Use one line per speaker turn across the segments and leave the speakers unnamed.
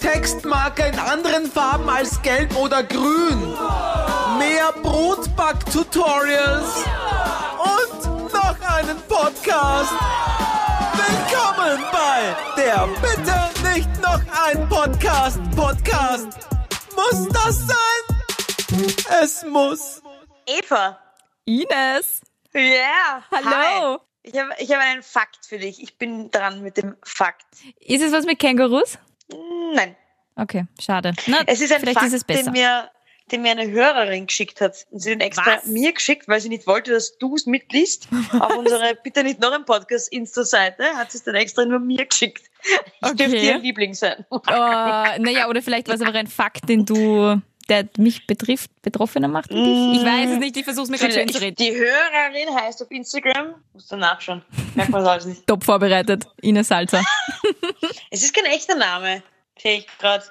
Textmarker in anderen Farben als gelb oder grün. Mehr Brotback-Tutorials. Und noch einen Podcast. Willkommen bei der Bitte nicht noch ein Podcast. Podcast. Muss das sein? Es muss.
Eva.
Ines.
Ja. Yeah.
Hallo.
Hi. Ich habe ich hab einen Fakt für dich. Ich bin dran mit dem Fakt.
Ist es was mit Kängurus?
Nein.
Okay, schade. Na,
Es ist ein
vielleicht
Fakt,
ist es
Den,
besser.
mir, den mir eine Hörerin geschickt hat. Und sie den extra
Was?
mir geschickt, weil sie nicht wollte, dass du es mitliest. Auf unsere Bitte nicht noch ein Podcast Insta-Seite hat sie es dann extra nur mir geschickt. Ich
Okay.
dürfte ihr Liebling sein.
Oh, naja, oder vielleicht war es aber ein Fakt, den du, der mich betrifft, Betroffener macht. und dich. Ich weiß es nicht, ich versuche es mir gerade schön zu
Vielleicht-
reden.
Die Hörerin heißt auf Instagram, musst du nachschauen. Merkt man es alles nicht.
Top vorbereitet, Ines Salzer.
Es ist kein echter Name, sehe ich gerade.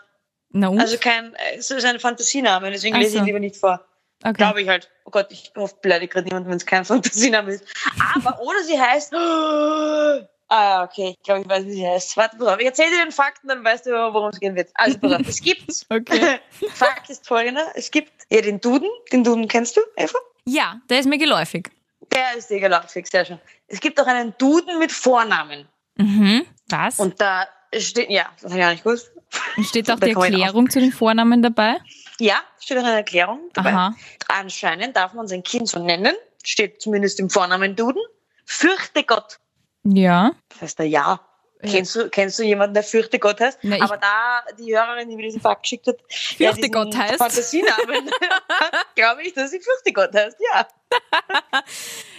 Na und?
Also kein, es ist ein Fantasiename, deswegen
Ach
lese ich
so.
ihn lieber nicht vor.
okay.
Glaube ich halt. Oh Gott, ich hoffe, beleidige gerade niemanden, wenn es kein Fantasiename ist. Aber oder sie heißt. Ah, okay, ich glaube, ich weiß, wie sie heißt. Warte, pass auf. Ich erzähle dir den Fakten, dann weißt du, worum es gehen wird. Also, pass auf. Es gibt.
okay.
Fakt ist folgender: Es gibt ja den Duden. Den Duden kennst du, Eva?
Ja, der ist mir geläufig.
Der ist dir gelaufen, sehr schön. Es gibt auch einen Duden mit Vornamen.
Mhm. Was? Und
Und da steht. Ja, das habe ich auch nicht gewusst.
steht auch
da
die
kann man ihn
Erklärung zu den Vornamen dabei?
Ja, steht auch eine Erklärung dabei.
Aha.
Anscheinend darf man sein Kind so nennen. Steht zumindest im Vornamen Duden. Fürchte Gott.
Ja.
Das heißt er ja.
Ja.
Kennst, du, kennst du jemanden, der Fürchte Gott heißt?
Na, ich-
Aber da die Hörerin, die mir diesen Fakt geschickt hat, ja,
Fürchte Gott
diesen
heißt.
Fantasienamen, glaube ich, dass sie Fürchte Gott heißt, ja.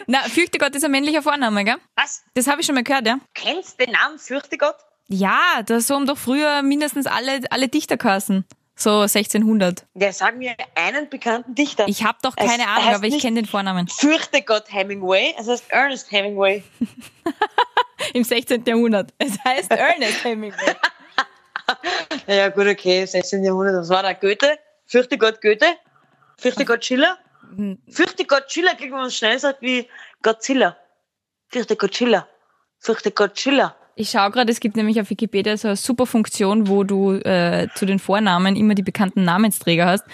Na, fürchte Gott ist ein männlicher Vorname, gell?
Was?
Das habe ich schon mal gehört, ja?
Kennst den Namen Fürchte Gott?
Ja, das haben doch früher mindestens alle, alle Dichter geheißen. So 1600.
Ja, sag mir einen bekannten Dichter.
Ich habe doch
Es
keine Ahnung,
heißt
aber ich
nicht-
kenne den Vornamen.
Fürchte Gott Hemingway, es heißt Ernest Hemingway.
Im 16. Jahrhundert. Es heißt Ernest Hemingway.
Ja, ja, gut, okay, 16. Jahrhundert, das war da Goethe. Fürchte Gott Goethe. Fürchte Gott Schiller.
Hm.
Fürchte Gott Schiller kriegt man schnell sagt wie Godzilla. Fürchte Gott Schiller. Fürchte Gott Schiller.
Ich schaue gerade, es gibt nämlich auf Wikipedia so eine super Funktion, wo du äh, zu den Vornamen immer die bekannten Namensträger hast.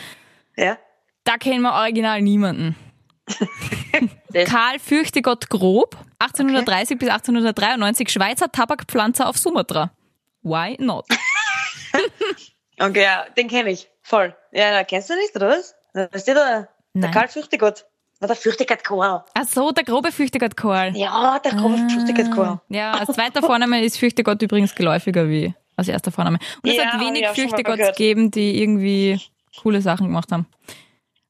Ja.
Da kennen wir original niemanden.
Das-
Karl Fürchtegott Grob, 1830 bis 1893, Schweizer Tabakpflanzer auf Sumatra. Why not?
Okay, ja, den kenne ich. Voll. Ja, na, kennst du nicht, oder was? Da ist der da. Der
Nein.
Karl Fürchtegott. Na, der Fürchtegott-Chor.
Ach so, der grobe Fürchtegott Karl.
Ja, der Karl Fürchtegott-Chor.
Ah. Ja, als zweiter Vorname ist Fürchtegott übrigens geläufiger wie als erster Vorname. Und es
Ja,
hat
hab
wenig
ich auch schon mal
Fürchtegotts
gehört.
gegeben, die irgendwie coole Sachen gemacht haben.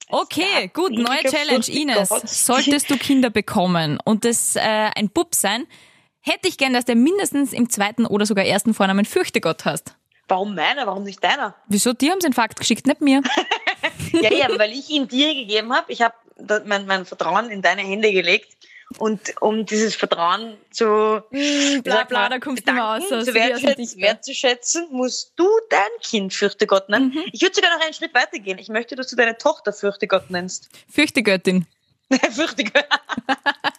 Okay, gut, neue
weniger
Challenge, Ines.
Fürchtegott.
Solltest du Kinder bekommen und das äh, ein Bub sein, hätte ich gern, dass der mindestens im zweiten oder sogar ersten Vornamen Fürchtegott hast.
Warum meiner? Warum nicht deiner?
Wieso? Die haben den Fakt geschickt, nicht mir.
Ja, ja, weil ich ihn dir gegeben habe. Ich habe da- mein, mein Vertrauen in deine Hände gelegt. Und um dieses Vertrauen zu
Mm,
wie
bla
sagt
bla,
man,
da kommst du
bedanken,
mal aus. also
zu
wie aus dem
wertschätzen,
Dichter.
wertzuschätzen, musst du dein Kind Fürchtegott nennen.
Mhm.
Ich würde sogar noch einen Schritt weiter gehen. Ich möchte, dass du deine Tochter Fürchtegott nennst.
Fürchtegöttin.
Fürchtegott.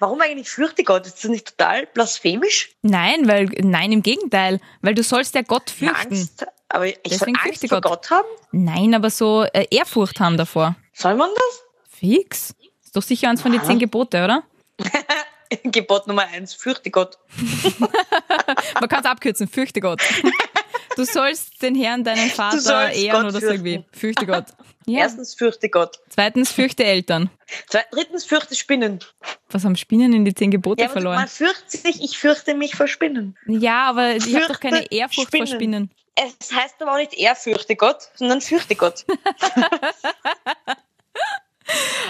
Warum eigentlich Fürchtegott? Ist das nicht total blasphemisch?
Nein, weil, nein, im Gegenteil, weil du sollst ja Gott
Na,
fürchten.
Angst, aber ich
Deswegen
soll Angst vor
Fürchtegott.
Gott haben?
Nein, aber so äh, Ehrfurcht haben davor.
Soll man das?
Fix. Ist doch sicher eins von den zehn Gebote, oder?
Gebot Nummer eins, fürchte Gott.
Man kann es abkürzen, fürchte Gott. Du sollst den Herrn, deinen Vater
sollst
ehren
Gott
oder so irgendwie. Fürchte Gott. Ja.
Erstens fürchte Gott.
Zweitens, fürchte Eltern.
Zwe drittens fürchte Spinnen.
Was haben Spinnen in die zehn Gebote
Ja, aber man
verloren?
fürchtet sich, ich fürchte mich vor Spinnen.
Ja, aber ich habe doch
Fürchte
keine Ehrfurcht vor
Spinnen.
Spinnen.
Es heißt aber auch nicht er fürchte Gott, sondern fürchte Gott.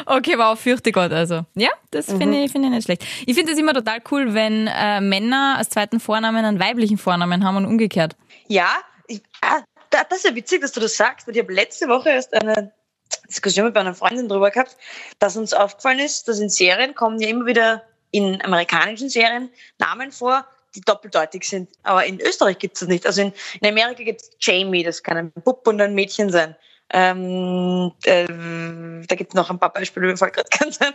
Okay, wow, fürchte Gott also. Ja, das
Mhm.
finde ich, finde ich nicht schlecht. Ich finde es immer total cool, wenn äh, Männer als zweiten Vornamen einen weiblichen Vornamen haben und umgekehrt.
Ja, ich, ah, da, das ist ja witzig, dass du das sagst, weil ich habe letzte Woche erst eine Diskussion mit meiner Freundin drüber gehabt, dass uns aufgefallen ist, dass in Serien kommen ja immer wieder in amerikanischen Serien Namen vor, die doppeldeutig sind. Aber in Österreich gibt es das nicht. Also in, in Amerika gibt es Jamie, das kann ein Bub und ein Mädchen sein. Ähm, ähm, da gibt es noch ein paar Beispiele, mir fällt gerade keins ein.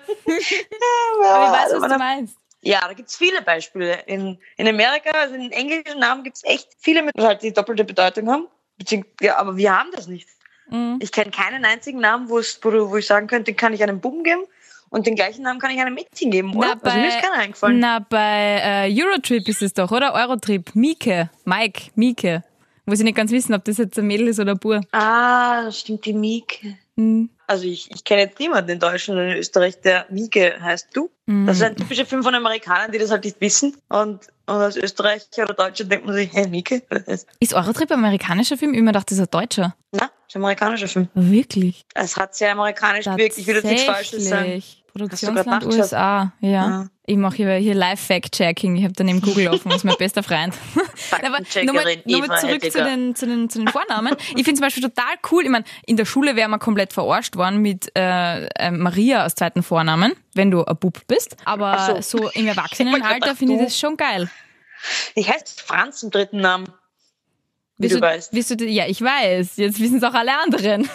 Aber ich weiß, was du meinst.
Ja, da gibt's viele Beispiele. In, in Amerika, also in englischen Namen gibt's echt viele, mit, halt die doppelte Bedeutung haben. Beziehungs ja, aber wir haben das nicht.
Mhm.
Ich kenne keinen einzigen Namen, wo, es, wo, du- wo ich sagen könnte, den kann ich einem Buben geben und den gleichen Namen kann ich einem Mädchen geben, oder? also mir ist keiner eingefallen.
Na, bei äh, Eurotrip ist es doch, oder? Eurotrip. Mieke, Mike, Mieke. Wo sie nicht ganz wissen, ob das jetzt ein Mädel ist oder ein Bub.
Ah, stimmt, die Mieke.
Hm.
Also ich, ich kenne jetzt niemanden in Deutschland oder in Österreich, der Mieke heißt du.
Hm.
Das ist ein typischer Film von Amerikanern, die das halt nicht wissen. Und, und als Österreicher oder Deutscher denkt man sich, hey, Mieke? Das
Ist Eurotrip ein amerikanischer Film? Ich mir dachte, das ist ein deutscher.
Na, das ist ein amerikanischer Film.
Wirklich?
Es hat sehr amerikanisch gewirkt. Ich will jetzt nichts Falsches sagen.
Tatsächlich.
Hast
Produktionsland
du grad nachgeschaut?
USA, ja.
Ja.
Ich mache hier, hier Live-Fact-Checking. Ich habe daneben Google offen, das ist mein bester Freund. Aber nochmal
Faktencheckerin Eva
nochmal zurück zu
Ettinger.
den, zu, den, zu den Vornamen. Ich finde zum Beispiel total cool, ich meine, in der Schule wäre man komplett verarscht worden mit äh, äh, Maria als zweiten Vornamen, wenn du ein Bub bist. Aber
Ach
so.
so.
im Erwachsenenalter finde ich das schon geil.
Ich heiße Franz im dritten Namen. Wie
Wirst
du weißt.
wirst du, ja, ich weiß. Jetzt wissen es auch alle anderen.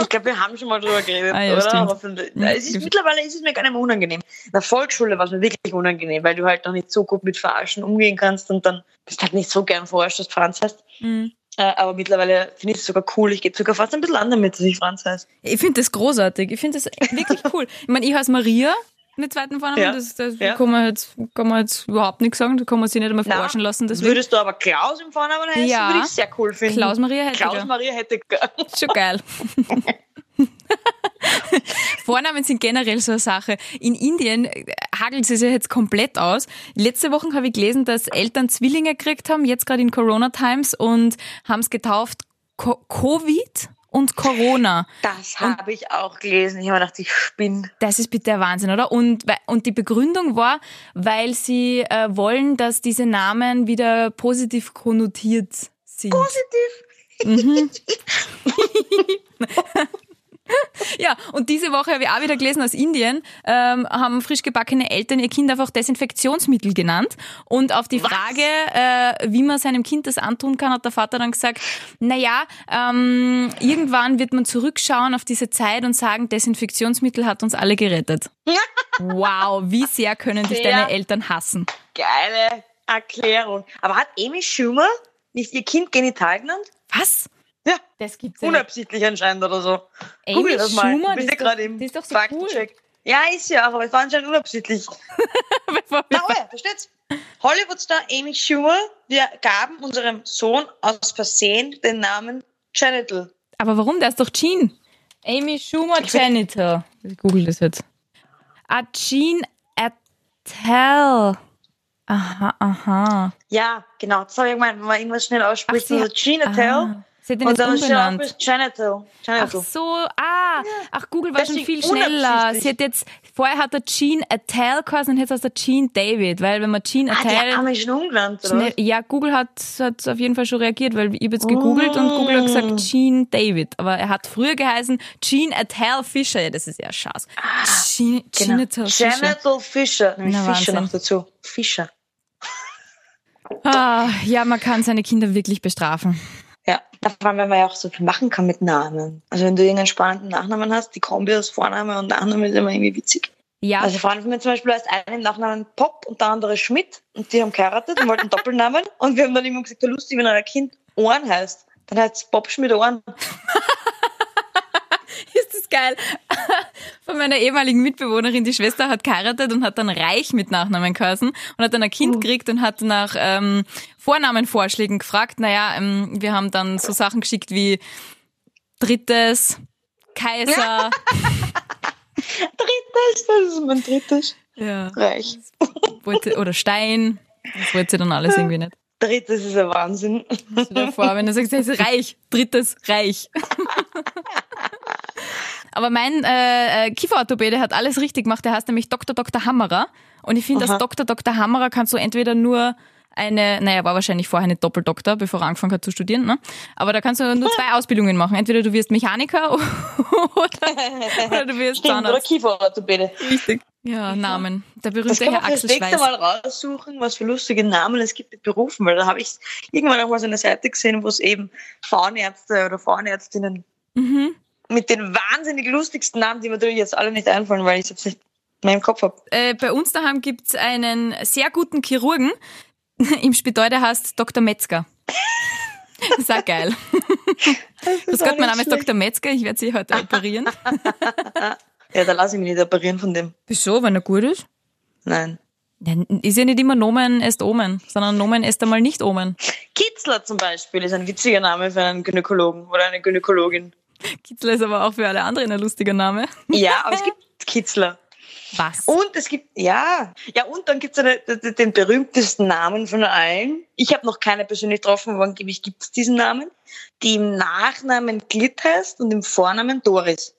Ich glaube, wir haben schon mal drüber geredet,
Ah, ja,
oder?
stimmt. Mhm.
Aber für, es ist,
stimmt.
mittlerweile ist es mir gar nicht mehr unangenehm. In der Volksschule war es mir wirklich unangenehm, weil du halt noch nicht so gut mit Verarschen umgehen kannst und dann bist halt nicht so gern verarscht, dass du Franz heißt.
Mhm.
Äh, aber mittlerweile finde ich es sogar cool. Ich gehe sogar fast ein bisschen an damit, dass ich Franz heiße.
Ich finde das großartig. Ich finde das wirklich cool. Ich meine, ich heiße Maria mit zweiten Vornamen.
Ja.
Das, das
Ja.
kann, man jetzt, kann man jetzt überhaupt nichts sagen. Da kann man sich nicht einmal
Na,
verarschen lassen. Deswegen.
Würdest du aber Klaus im Vornamen heißen,
Ja.
würde ich sehr cool finden.
Klaus Maria hätte
Klaus Maria hätte
Schon geil. Vornamen sind generell so eine Sache. In Indien äh, hagelt es ja jetzt komplett aus. Letzte Woche habe ich gelesen, dass Eltern Zwillinge gekriegt haben, jetzt gerade in Corona-Times, und haben es getauft Co Covid und Corona.
Das habe ich auch gelesen. Ich habe mir gedacht, ich spinne.
Das ist bitte der Wahnsinn, oder? Und, we- und die Begründung war, weil sie äh, wollen, dass diese Namen wieder positiv konnotiert sind. Ja, und diese Woche habe ich auch wieder gelesen aus Indien, ähm, haben frisch gebackene Eltern ihr Kind einfach Desinfektionsmittel genannt. Und auf die Frage, äh, wie man seinem Kind das antun kann, hat der Vater dann gesagt, naja, ähm, irgendwann wird man zurückschauen auf diese Zeit und sagen, Desinfektionsmittel hat uns alle gerettet. wow, wie sehr können dich
Sehr.
deine Eltern hassen?
Geile Erklärung. Aber hat Amy Schumer nicht ihr Kind genital genannt?
Was?
Ja.
Das gibt's ja nicht.
Unabsichtlich anscheinend oder so.
Amy
Google das mal.
Schumer,
Bitte
das ist doch-
gerade im
das ist doch so
Faktencheck. Ja, ist ja auch, aber es war anscheinend unabsichtlich.
Bevor wir-
Na, oh ja, da steht's. Hollywood-Star Amy Schumer, wir gaben unserem Sohn aus Versehen den Namen Genital.
Aber warum? Der ist doch Jean. Amy Schumer Janitor. Ich google das jetzt. Ah, Jean Attell. Aha, aha.
Ja, genau, das habe ich gemeint, wenn man irgendwas schnell ausspricht,
sie-
also Genital.
Ah, sie hat ihn
Und
jetzt
dann steht auch
umbenannt.
bis Genital.
Ach
Genital.
so, ah, ach, Google war schon viel
Deswegen
schneller.
unabsichtlich.
Sie hat jetzt, vorher hat der Jean Attell geheißen und jetzt heißt der Jean David, weil wenn man Jean
Ah, die
Attell...
haben mich schon umgenannt, oder?
Schnell,
was?
ja, Google hat hat auf jeden Fall schon reagiert, weil ich habe jetzt gegoogelt und Google hat
Ah.
gesagt Gene David. Aber er hat früher geheißen Gene Attell Fischer. Ja, das ist ja Schatz. Gene,
Genau.
Gene Attell Fischer.
Genital Fischer. Nämlich
Na,
Fischer
Wahnsinn.
noch dazu. Fischer.
Ah, ja, man kann seine Kinder wirklich bestrafen.
Ja, vor allem, wenn man ja auch so viel machen kann mit Namen. Also wenn du irgendeinen spannenden Nachnamen hast, die Kombi aus Vorname und Nachname ist immer irgendwie witzig.
Ja,
Also vor allem, wenn man zum Beispiel als einen Nachnamen Pop und der andere Schmidt und die haben geheiratet und wollten einen Doppelnamen und wir haben dann immer gesagt, ja lustig, wenn euer Kind Ohren heißt, dann heißt es Bob Schmidt Ohren.
ist das geil. Von meiner ehemaligen Mitbewohnerin, die Schwester hat geheiratet und hat dann Reich mit Nachnamen geheißen und hat dann ein Kind gekriegt und hat nach ähm, Vornamenvorschlägen gefragt. Naja, ähm, wir haben dann so Sachen geschickt wie drittes, Kaiser.
Drittes, das ist mein drittes
Ja.
Reich.
Wollte, oder Stein. Das wollte sie dann alles irgendwie nicht.
Drittes ist ein Wahnsinn.
Stell dir vor, wenn du sagst, das ist reich, drittes Reich. Aber mein äh, äh, Kieferorthopäde hat alles richtig gemacht. Der heißt nämlich Dr. Dr. Hammerer. Und ich finde, als
Aha.
Dr. Dr. Hammerer kannst du entweder nur eine, naja, war wahrscheinlich vorher eine Doppeldoktor, bevor er angefangen hat zu studieren, ne? Aber da kannst du nur zwei Ausbildungen machen. Entweder du wirst Mechaniker oder, oder du wirst
Stimmt, oder
Zahnarzt.
Kieferorthopäde.
Richtig. Ja, Namen. Der
Das
berühmte
kann man
Herr
fürs
Axel
nächste
Schweiß.
Mal raussuchen, was für lustige Namen es gibt mit Berufen, weil da habe ich irgendwann auch mal so eine Seite gesehen, wo es eben Frauenärzte oder Frauenärztinnen
Mhm.
mit den wahnsinnig lustigsten Namen, die mir natürlich jetzt alle nicht einfallen, weil ich es jetzt nicht mehr im Kopf habe.
Äh, bei uns daheim gibt's einen sehr guten Chirurgen. Im Spital, der heißt Dr. Metzger. Das ist auch geil. Grüß Gott, mein Name ist Dr. Metzger, ich werde Sie heute operieren.
Ja, da lasse ich mich nicht operieren von dem.
Wieso, wenn er gut ist?
Nein.
Nein, Ist ja nicht immer Nomen est Omen, sondern Nomen est einmal nicht Omen.
Kitzler zum Beispiel ist ein witziger Name für einen Gynäkologen oder eine Gynäkologin.
Kitzler ist aber auch für alle anderen ein lustiger Name.
Ja, aber es gibt Kitzler.
Was?
Und es gibt, ja, ja, und dann gibt's eine, d- d- den berühmtesten Namen von allen. Ich habe noch keine persönlich getroffen, aber angeblich gibt's diesen Namen, die im Nachnamen Glit heißt und im Vornamen Doris.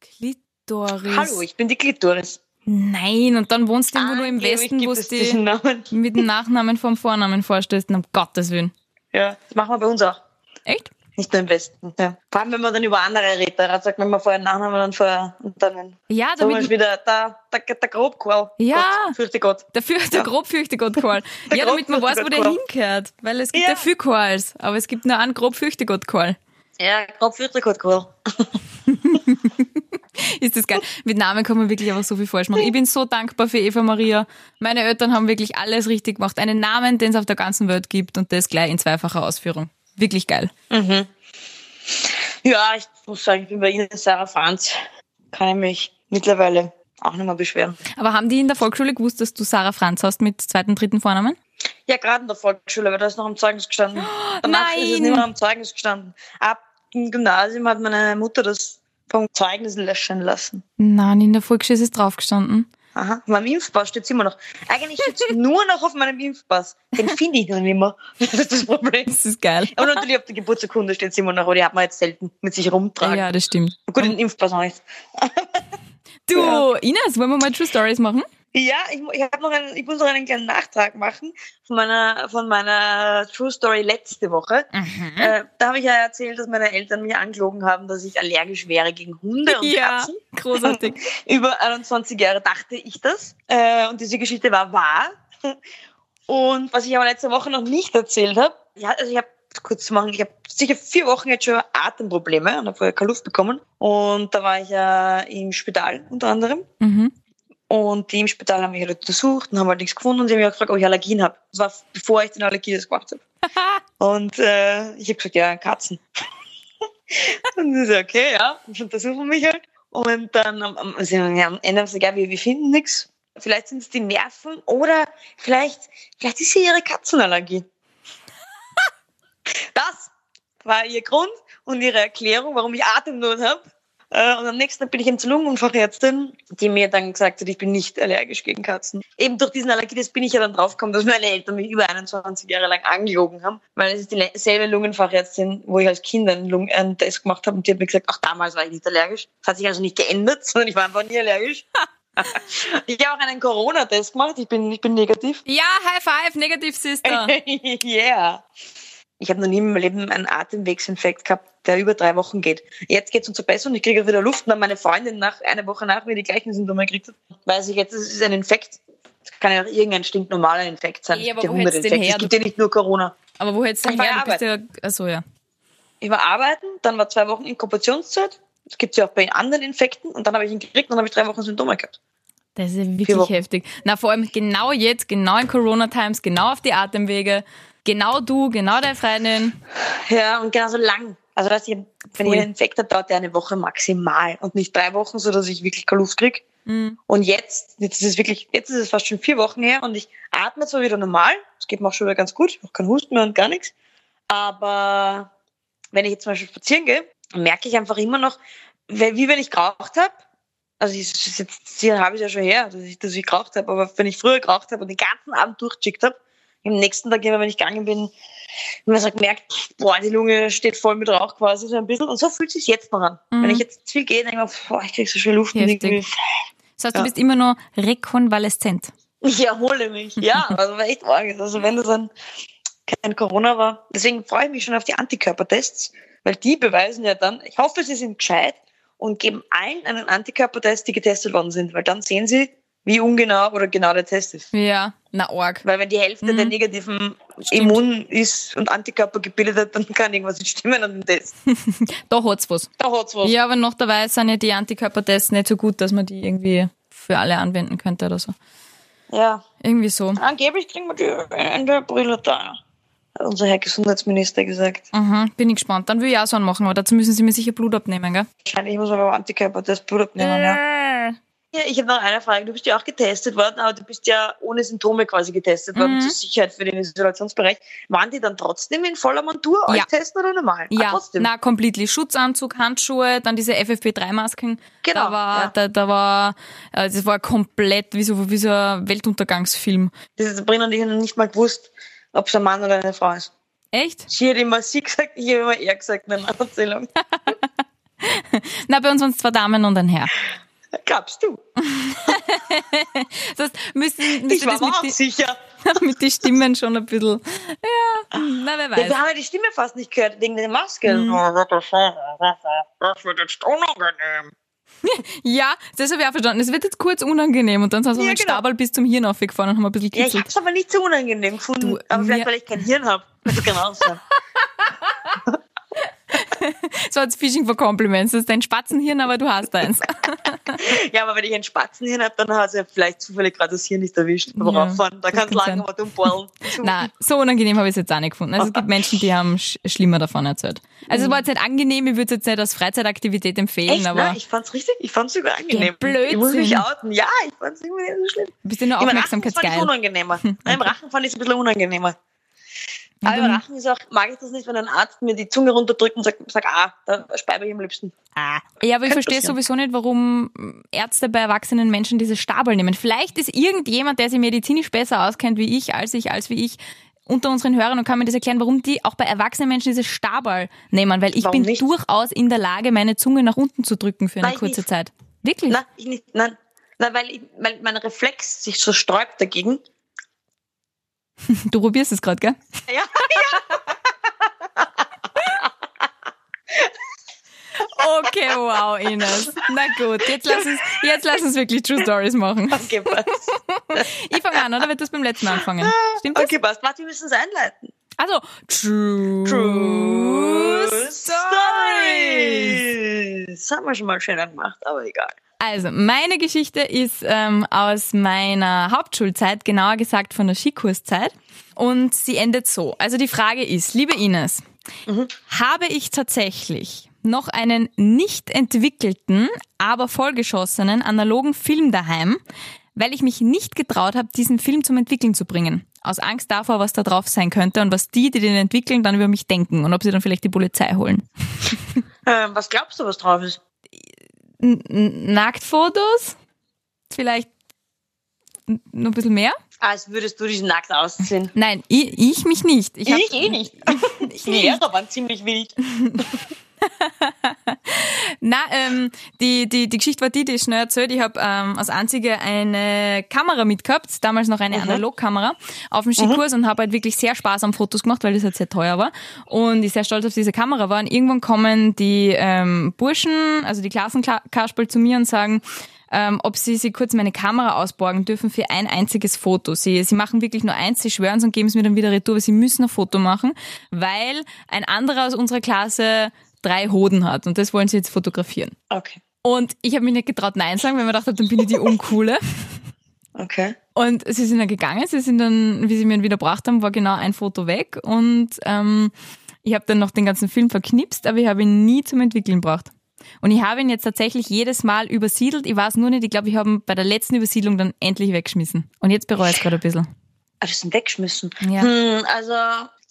Klitoris.
Hallo, ich bin die Glit Doris.
Nein, und dann wohnst du irgendwo nur im
Angeblich
Westen,
gibt
wo
es
du
diesen
dich
Namen.
mit dem Nachnamen vom Vornamen vorstellst. Na, Um Gottes Willen.
Ja, das machen wir bei uns auch.
Echt?
Nicht nur im Westen. Ja. Vor allem, wenn man dann über andere redet, da sagt man immer vorher einen Nachnamen und dann vorher und dann
Ja,
zum Beispiel
damit,
der, der, der, der Grobqual.
Ja.
Gott, fürchte Gott.
dafür der grob fürchte Gott Qual.
Der
Ja, damit man weiß, wo der
Grobfürchtegott-Qual.
hingehört. Weil es gibt ja,
Ja.
viele Quals, aber es gibt nur einen grob fürchte Gott Qual.
Ja, Grob fürchte Gott Qual.
Ist das geil. Mit Namen kann man wirklich aber so viel falsch machen. Ich bin so dankbar für Eva Maria. Meine Eltern haben wirklich alles richtig gemacht. Einen Namen, den es auf der ganzen Welt gibt und das gleich in zweifacher Ausführung. Wirklich geil.
Ja, ich muss sagen, ich bin bei Ihnen, Sarah Franz. Kann ich mich mittlerweile auch nicht mehr beschweren.
Aber haben die in der Volksschule gewusst, dass du Sarah Franz hast mit zweiten, dritten Vornamen?
Ja, gerade in der Volksschule, weil da ist noch am Zeugnis gestanden. Danach ist es
Oh, nein!
nicht mehr am Zeugnis gestanden. Ab im Gymnasium hat meine Mutter das vom Zeugnis löschen lassen.
Nein, in der Volksschule ist es draufgestanden.
Aha, auf meinem Impfpass steht es immer noch. Eigentlich steht es nur noch auf meinem Impfpass. Den finde ich dann nicht mehr. Das ist das Problem.
Das ist geil.
Aber natürlich auf der Geburtsurkunde steht es immer noch, aber die hat man jetzt selten mit sich rumtragen.
Ja, das stimmt.
Gut, den Impfpass auch nicht.
Du, Ines, wollen wir mal True Stories machen?
Ja, ich, mu- ich, hab noch einen, ich muss noch einen kleinen Nachtrag machen von meiner, von meiner True Story letzte Woche. Äh, da habe ich ja erzählt, dass meine Eltern mich angelogen haben, dass ich allergisch wäre gegen Hunde und
Ja,
Katzen.
großartig.
Über 21 Jahre dachte ich das. Äh, und diese Geschichte war wahr. Und was ich aber letzte Woche noch nicht erzählt habe, ja, also ich habe kurz zu machen, ich habe sicher vier Wochen jetzt schon Atemprobleme und habe vorher keine Luft bekommen. Und da war ich ja im Spital unter anderem.
Mhm.
Und die im Spital haben mich halt untersucht und haben halt nichts gefunden und sie haben mich auch gefragt, ob ich Allergien habe. Das war bevor ich den Allergietest gemacht habe. und äh, ich habe gesagt, ja, Katzen. und sie so, okay, ja, und untersuchen mich halt. Und dann am, am, sie haben, ja, am Ende haben sie gesagt, ja, wir, wir finden nichts. Vielleicht sind es die Nerven oder vielleicht, vielleicht ist sie ihre Katzenallergie. das war ihr Grund und ihre Erklärung, warum ich Atemnot habe. Äh, Und am nächsten Tag bin ich eben zur Lungenfachärztin, die mir dann gesagt hat, ich bin nicht allergisch gegen Katzen. Eben durch diesen Allergietest bin ich ja dann draufgekommen, dass meine Eltern mich über 21 Jahre lang angelogen haben, weil es ist dieselbe Lungenfachärztin, wo ich als Kind einen, Lungen einen Test gemacht habe und die hat mir gesagt, auch damals war ich nicht allergisch. Das hat sich also nicht geändert, sondern ich war einfach nie allergisch. ich habe auch einen Corona-Test gemacht, ich bin, ich bin negativ.
Ja, High Five, Negativ Sister.
yeah. Ich habe noch nie in meinem Leben einen Atemwegsinfekt gehabt, der über drei Wochen geht. Jetzt geht's uns so besser und ich kriege auch wieder Luft. Und dann meine Freundin nach einer Woche nach mir die gleichen Symptome gekriegt hat, weiß ich jetzt, es ist ein Infekt. Es kann ja auch irgendein stinknormaler Infekt sein.
Ja, aber
der
wo hättest du den
Hunderinfekt.
her?
Es gibt ja nicht nur Corona.
Aber woher jetzt
Ich war
her? Du bist ja, achso, ja.
Ich war arbeiten, dann war zwei Wochen Inkubationszeit. Das gibt's ja auch bei anderen Infekten. Und dann habe ich ihn gekriegt und dann habe ich drei Wochen Symptome gehabt.
Das ist ja
Vier
wirklich
Wochen.
heftig. Na, vor allem genau jetzt, genau in Corona-Times, genau auf die Atemwege, genau du, genau deine Freundin.
Ja, und genauso lang. Also, das heißt, ich, wenn
Pfui.
ich einen Infekt habe, dauert der eine Woche maximal und nicht drei Wochen, sodass ich wirklich keine Luft kriege.
Mhm.
Und jetzt, jetzt ist es wirklich, jetzt ist es fast schon vier Wochen her und ich atme zwar wieder normal, es geht mir auch schon wieder ganz gut, ich habe keinen Husten mehr und gar nichts. Aber wenn ich jetzt zum Beispiel spazieren gehe, merke ich einfach immer noch, we- wie wenn ich geraucht habe. Also ich, es ist jetzt hier habe ich ja schon her, dass ich, dass ich geraucht habe, aber wenn ich früher geraucht habe und den ganzen Abend durchgechickt habe, am nächsten Tag immer, wenn ich gegangen bin, wenn man sagt, merkt, boah, die Lunge steht voll mit Rauch quasi so ein bisschen. Und so fühlt sich jetzt noch an.
Mhm.
Wenn ich jetzt zu viel gehe, denke ich mir, boah, ich krieg so viel Luft und
Heftig.
irgendwie
Das heißt, du
Ja.
bist immer nur rekonvaleszent.
ich erhole mich. Ja, also war echt arg. Also wenn das ein, kein Corona war. Deswegen freue ich mich schon auf die Antikörpertests, weil die beweisen ja dann, ich hoffe, sie sind gescheit und geben allen einen Antikörpertest, die getestet worden sind, weil dann sehen sie, wie ungenau oder genau der Test ist.
Ja, na, arg.
Weil wenn die Hälfte
Mhm.
der negativen
Stimmt.
Immun ist und Antikörper gebildet hat, dann kann irgendwas nicht stimmen an dem Test.
Da hat's was.
Da hat's was.
Oh. Ja, aber noch dabei sind ja die Antikörpertests nicht so gut, dass man die irgendwie f- für alle anwenden könnte oder so.
Ja,
Irgendwie so.
angeblich kriegen wir die Ende April da. Hat unser Herr Gesundheitsminister gesagt.
Mhm, bin ich gespannt. Dann will ich auch so einen machen, aber dazu müssen sie mir sicher Blut abnehmen, gell?
Wahrscheinlich muss man beim Antikörper das Blut
Äh,
abnehmen. Ja. Ja, ich habe noch eine Frage. Du bist ja auch getestet worden, aber du bist ja ohne Symptome quasi getestet worden,
Mhm.
zur Sicherheit für den Isolationsbereich. Waren die dann trotzdem in voller Montur euch
Ja.
testen oder normal? Ah,
Ja,
trotzdem.
na, completely. Schutzanzug, Handschuhe, dann diese FFP3-Masken.
Genau,
Da war,
ja.
da, da war, äh, das war komplett wie so, wie so ein Weltuntergangsfilm.
Das ist Sabrina und ich haben nicht mal gewusst, ob es ein Mann oder eine Frau ist.
Echt?
Sie hat immer sie gesagt, ich habe immer er gesagt in einer Erzählung.
Na, bei uns waren es zwei Damen und ein Herr.
Glaubst du?
Das heißt, müssen,
Ich
müssen
war
das
mir
mit,
auch
die,
sicher.
mit die Stimmen schon ein bisschen. Ja, na, wer weiß. Mhm.
Wir haben ja die Stimme fast nicht gehört wegen der Maske. Oh,
Das wird jetzt unangenehm.
Ja, das habe ich auch verstanden. Es wird jetzt kurz unangenehm und dann sind wir
Ja,
mit
genau.
Stabal bis zum Hirn aufgefahren und haben ein bisschen
Ja, ich
kitzelt.
habe es aber nicht so unangenehm gefunden.
Du,
aber
mir-
vielleicht, weil ich kein Hirn habe. Das kann auch sein.
so als Fishing for Compliments. Das ist dein Spatzenhirn, aber du hast eins.
Ja, aber wenn ich einen Spatzenhirn habe, dann hat er vielleicht zufällig gerade das Hirn nicht erwischt beim
Ja,
Rauffahren. Da
das
kann es
kann sein.
lange mal umballen.
Nein, so unangenehm habe ich es jetzt auch nicht gefunden. Also es
Oh.
gibt Menschen, die haben sch schlimmer davon erzählt. Also es war jetzt nicht angenehm, ich würde es jetzt nicht als Freizeitaktivität empfehlen,
Echt,
aber
nein, ich fand's richtig, ich fand's sogar angenehm.
Blödsinn.
Ich muss mich outen. Ja, ich fand's immer nicht so schlimm.
bist du nur
Im Rachen fand ich
aufmerksamkeitsgeil.
unangenehmer. Nein, im Rachen fand ich ein bisschen unangenehmer. Aber im Rachen ist auch, mag ich das nicht, wenn ein Arzt mir die Zunge runterdrückt und sagt, sag, ah, da speibe ich am liebsten.
Ja, aber ich
Könnte
verstehe
passieren.
sowieso nicht, warum Ärzte bei erwachsenen Menschen diese Stabel nehmen. Vielleicht ist irgendjemand, der sich medizinisch besser auskennt wie ich, als ich, als wie ich, unter unseren Hörern und kann mir das erklären, warum die auch bei erwachsenen Menschen diese Stabal nehmen. Weil ich
Warum
bin
nicht?
durchaus in der Lage, meine Zunge nach unten zu drücken für eine
Nein, ich
kurze
nicht.
Zeit. Wirklich?
Nein, ich nicht, nein. Nein, weil, ich, weil mein Reflex sich so sträubt dagegen.
Du probierst es gerade, gell?
Ja, ja.
Okay, wow, Ines. Na gut, jetzt lass uns, jetzt lass uns wirklich True Stories machen.
Okay, passt.
Ich fange an, oder? Wird das beim letzten Mal anfangen? Stimmt das?
Okay, passt. Warte, wir müssen es einleiten.
Also, True, Stories.
Das haben wir schon mal schöner gemacht, aber egal.
Also, meine Geschichte ist ähm, aus meiner Hauptschulzeit, genauer gesagt von der Skikurszeit. Und sie endet so. Also die Frage ist, liebe Ines, habe ich tatsächlich noch einen nicht entwickelten, aber vollgeschossenen analogen Film daheim, weil ich mich nicht getraut habe, diesen Film zum Entwickeln zu bringen. Aus Angst davor, was da drauf sein könnte und was die, die den entwickeln, dann über mich denken und ob sie dann vielleicht die Polizei holen.
Ähm, was glaubst du, was drauf ist?
N- N Nacktfotos? Vielleicht n- noch ein bisschen mehr?
Als würdest du dich nackt ausziehen.
Nein, ich, ich mich nicht. Ich, hab,
eh nicht.
ich
Die Lehrer waren ziemlich wild.
Na, ähm, die, die, die Geschichte war die, die ich schnell erzählt. Ich habe ähm, als einzige eine Kamera mitgehabt, damals noch eine Analogkamera, auf dem Skikurs und habe halt wirklich sehr Spaß am Fotos gemacht, weil das halt sehr teuer war. Und ich sehr stolz auf diese Kamera war. Und irgendwann kommen die ähm, Burschen, also die Klassenkasperl zu mir und sagen, ähm, ob sie sie kurz meine Kamera ausborgen dürfen für ein einziges Foto. Sie, sie machen wirklich nur eins, sie schwören es und geben es mir dann wieder retour, aber sie müssen ein Foto machen, weil ein anderer aus unserer Klasse drei Hoden hat und das wollen sie jetzt fotografieren.
Okay.
Und ich habe mich nicht getraut, Nein sagen, weil ich mir gedacht habe, dann bin ich die Uncoole.
Okay.
Und sie sind dann gegangen, sie sind dann, wie sie mir ihn wieder gebracht haben, war genau ein Foto weg und ähm, ich habe dann noch den ganzen Film verknipst, aber ich habe ihn nie zum Entwickeln gebracht. Und ich habe ihn jetzt tatsächlich jedes Mal übersiedelt. Ich weiß nur nicht, ich glaube, ich habe ihn bei der letzten Übersiedlung dann endlich weggeschmissen. Und jetzt bereue ich es gerade ein bisschen.
Ah, das sind wegschmissen.
Ja.
Hm, also,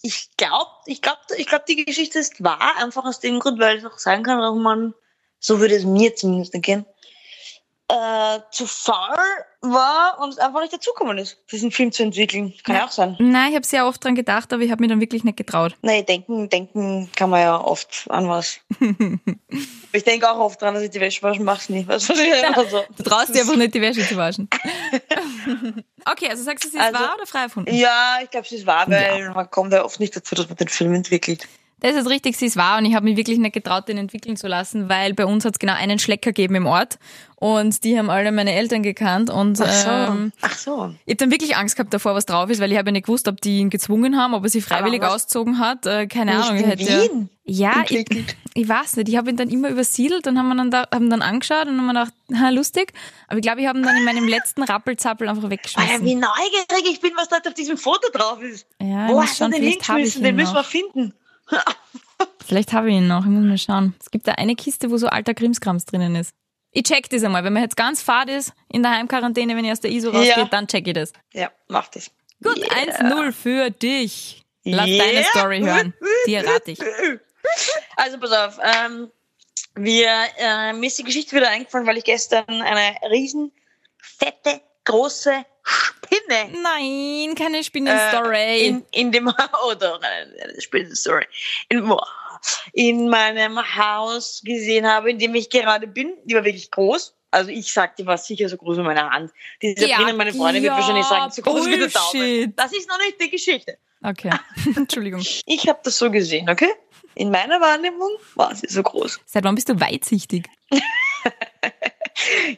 ich glaube, ich glaube, ich glaube, die Geschichte ist wahr, einfach aus dem Grund, weil es auch sein kann, dass man, so würde es mir zumindest gehen, äh, zu faul war und es einfach nicht dazugekommen ist, diesen Film zu entwickeln. Kann ja auch sein.
Nein, ich habe sehr oft dran gedacht, aber ich habe mir dann wirklich nicht getraut.
Nee, denken, denken kann man ja oft an was. ich denke auch oft dran, dass ich die Wäsche waschen mach's nicht. Was weiß ich Also, immer so.
Du traust dir einfach nicht, die Wäsche zu waschen. okay, also sagst du, sie ist
Also-
wahr oder frei erfunden?
Ja, ich glaube, es ist wahr, weil man kommt ja oft nicht dazu, dass man den Film entwickelt.
Das ist richtig, sie ist wahr und ich habe mich wirklich nicht getraut, den entwickeln zu lassen, weil bei uns hat es genau einen Schlecker gegeben im Ort und die haben alle meine Eltern gekannt und
Ach so.
ähm,
Ach so.
ich habe dann wirklich Angst gehabt davor, was drauf ist, weil ich habe ja nicht gewusst, ob die ihn gezwungen haben, ob er sie freiwillig
Aber was-
auszogen hat. Äh, keine
Nicht
Ahnung. ich
in
hätte ja-
Wien?
Ja, ich,
Entwickelt.
ich weiß nicht. Ich habe ihn dann immer übersiedelt und haben wir dann da, haben dann angeschaut und haben mir gedacht, ha, lustig. Aber ich glaube, ich habe ihn dann in meinem letzten Rappelzappel
Ah
einfach
Alter, wie
weggeschmissen.
neugierig ich bin, was dort auf diesem Foto drauf ist.
Ja, ich
Wo
muss
hast du
schauen,
den
vielleicht hab ich
hingeschmissen?
ihn
Den müssen
noch.
wir finden.
Vielleicht habe ich ihn noch. Ich muss mal schauen. Es gibt da eine Kiste, wo so alter Krimskrams drinnen ist. Ich check das einmal. Wenn man jetzt ganz fad ist in der Heimquarantäne, wenn ich aus der ISO rausgehe,
Ja.
dann check ich das.
Ja, mach das.
Gut, 1-0 für dich. Lass deine
Yeah.
Story hören. Die errate ich.
Also pass auf, ähm, wir, äh, mir ist die Geschichte wieder eingefallen, weil ich gestern eine riesen, fette, große Spinne
Nein, keine
äh,
Spinnenstory.
in, in dem oder äh, Spinne, sorry, in, boah, in meinem Haus gesehen habe, in dem ich gerade bin. Die war wirklich groß. Also ich sag, die war sicher so groß wie meine Hand. Die
Ja,
Sabrina, meine Freundin, wird
ja,
wahrscheinlich sagen, so groß wie der Daumen.
Bullshit.
Das ist noch nicht die Geschichte.
okay, Entschuldigung.
Ich habe das so gesehen, okay? In meiner Wahrnehmung war sie so groß.
Seit wann bist du weitsichtig?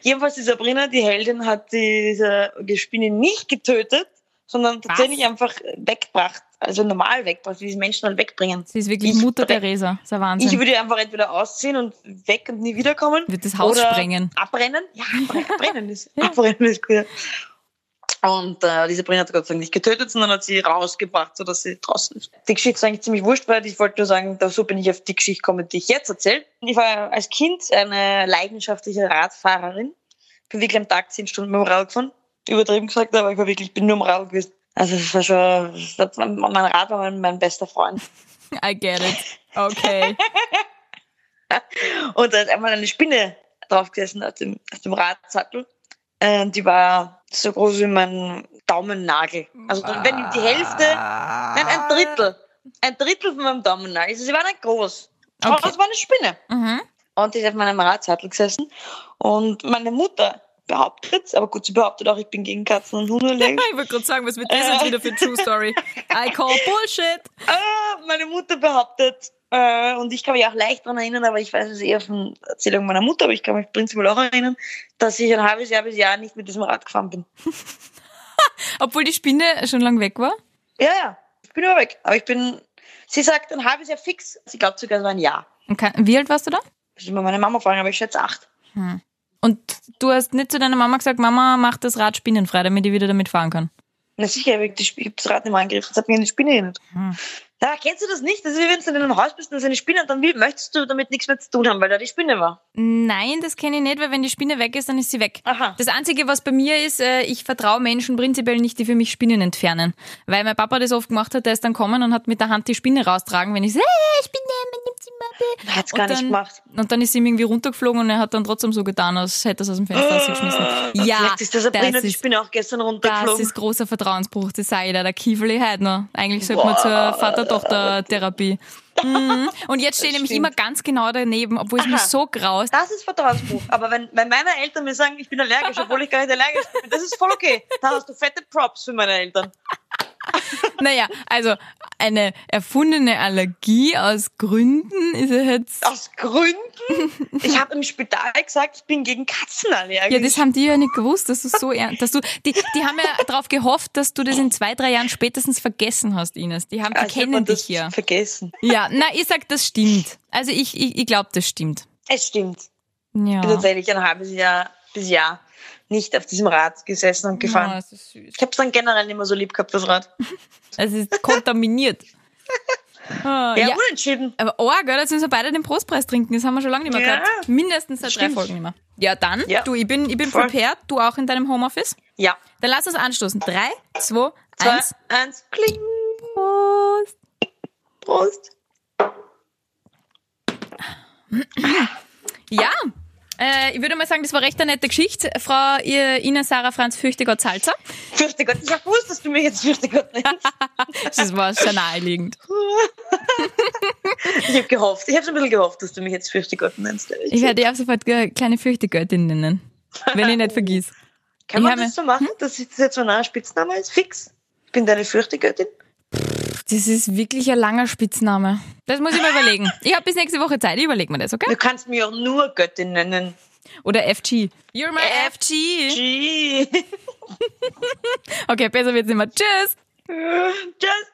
Jedenfalls die Sabrina, die Heldin, hat diese Spinne nicht getötet, sondern tatsächlich einfach weggebracht. Also normal weggebracht, wie sie Menschen halt wegbringen.
Sie ist wirklich
Ich
Mutter
spre-
Teresa. Das ist ein Wahnsinn.
Ich würde einfach entweder ausziehen und weg und nie wiederkommen.
Wird das Haus
oder
sprengen.
Abbrennen? Ja, abbrennen, abbrennen ist, abbrennen ist gut. Und äh, die Sabrina hat Gott sei Dank nicht getötet, sondern hat sie rausgebracht, sodass sie draußen ist. Die Geschichte ist eigentlich ziemlich wurscht, weil ich wollte nur sagen, da- so bin ich auf die Geschichte gekommen, die ich jetzt erzähle. Ich war als Kind eine leidenschaftliche Radfahrerin. Bin wirklich am Tag zehn Stunden mit dem Rad gefahren. Übertrieben gesagt, aber ich war wirklich, ich bin nur am Rad gewesen. Also es war schon, das war, mein Rad war mein, mein bester Freund.
I get it. Okay.
Und da ist einmal eine Spinne draufgesessen auf dem, auf dem Radsattel. Äh, die war so groß wie mein Daumennagel. Also wenn die Hälfte, nein, ein Drittel. Ein Drittel von meinem Daumennagel. Also sie war nicht groß. Aber
Okay.
es war eine Spinne.
Mhm.
Und die ist auf meinem Radsattel gesessen. Und meine Mutter behauptet, aber gut, sie behauptet auch, ich bin gegen Katzen und Hunde allergisch.
Ich wollte gerade sagen, was wird das jetzt wieder für True Story? I call Bullshit.
Ah, meine Mutter behauptet, äh, und ich kann mich auch leicht daran erinnern, aber ich weiß es eher von Erzählungen meiner Mutter, aber ich kann mich prinzipiell auch erinnern, dass ich ein halbes Jahr bis Jahr nicht mit diesem Rad gefahren bin.
Obwohl die Spinne schon lang weg war.
Ja, ja, ich bin immer weg. Aber ich bin, sie sagt ein halbes Jahr fix, sie glaubt sogar so ein Jahr.
Und kann, wie alt warst du da?
Das ist immer meine Mama fragen, aber ich schätze acht.
Und du hast nicht zu deiner Mama gesagt, Mama, mach das Rad spinnenfrei, damit ich wieder damit fahren kann.
Na sicher, ich hab die Sp- ich hab das Rad nicht mehr angegriffen, das hat mich an die Spinne erinnert.
Hm.
Ja, kennst du das nicht? Das ist wie wenn du in einem Haus bist und es ist eine Spinne und dann will, möchtest du damit nichts mehr zu tun haben, weil da die Spinne war.
Nein, das kenne ich nicht, weil wenn die Spinne weg ist, dann ist sie weg.
Aha.
Das Einzige, was bei mir ist, äh, ich vertraue Menschen prinzipiell nicht, die für mich Spinnen entfernen. Weil mein Papa das oft gemacht hat, der ist dann kommen und hat mit der Hand die Spinne raustragen, wenn ich sage, hey, Spinne, man nimmt sie mal.
Hat's
Und
gar
dann-
nicht gemacht.
Und dann ist sie ihm irgendwie runtergeflogen und er hat dann trotzdem so getan, als hätte er es aus dem Fenster rausgeschmissen. Ja,
Ah, Vielleicht ist das Sabrina,
das
die
ist,
Spinne auch gestern
das
runtergeflogen.
ist großer Vertrauensbruch, das sei ich da, der Kieferli heute noch. Eigentlich sollte man
Boah.
zur Vater-Tochter-Therapie. Mhm. Und jetzt stehe ich
Das
nämlich
stimmt.
immer ganz genau daneben, obwohl es
Aha.
mich so graust.
Das ist Vertrauensbruch. Aber wenn, wenn meine Eltern mir sagen, ich bin allergisch, obwohl ich gar nicht allergisch bin, das ist voll okay. Da hast du fette Props für meine Eltern.
Naja, also eine erfundene Allergie aus Gründen ist ja jetzt.
Aus Gründen. Ich habe im Spital gesagt, ich bin gegen Katzen allergisch.
Ja, das haben die ja nicht gewusst, dass du so ernst, dass du, die, die haben ja darauf gehofft, dass du das in zwei, drei Jahren spätens vergessen hast, Ines. Die haben, die
Ah, ich hab mir
kennen
das
dich ja.
Vergessen.
Ja, na, ich sag, das stimmt. Also ich, ich, ich glaube, das stimmt.
Es stimmt. Ich bin
Ja.
tatsächlich ein halbes Jahr bis Jahr nicht auf diesem Rad gesessen und gefahren.
Ja, es ist süß.
Ich habe es dann generell nicht mehr so lieb gehabt, das Rad.
Es ist kontaminiert. Ah,
Ja,
ja.
unentschieden.
Aber oh, gell, jetzt müssen wir beide den Prostpreis trinken. Das haben wir schon lange nicht mehr
Ja.
gehabt. Mindestens seit drei
Stimmt.
Folgen nicht mehr. Ja, dann,
Ja.
du, ich bin, ich bin
Voll.
prepared. Du auch in deinem Homeoffice.
Ja.
Dann lass uns anstoßen. Drei, zwei,
Zwei,
eins.
eins, kling,
Prost.
Prost.
Ja, äh, ich würde mal sagen, das war recht eine nette Geschichte. Frau ihr, Ina Sarah Franz Fürchtegott Salzer.
Fürchte Gott, ich hab gewusst, dass du mir jetzt Fürchte Gott nennst.
Das war schon naheliegend.
Ich habe gehofft, ich habe ein bisschen gehofft, dass du mich jetzt Fürchte Gott nennst. ehrlich
Ich werde dich ab sofort äh, kleine Fürchtegöttin nennen. Wenn ich nicht vergiss.
Kann
Ich Hm?
man
habe-
das so machen, dass ich das jetzt so ein Spitzname ist? Fix. Ich bin deine Fürchtegöttin.
das ist wirklich ein langer Spitzname. Das muss ich mir überlegen. Ich habe bis nächste Woche Zeit, ich überlege mir das, okay?
Du kannst mich auch nur Göttin nennen.
Oder FG. You're my FG.
G.
Okay, besser wird's nicht mehr. Tschüss.
Just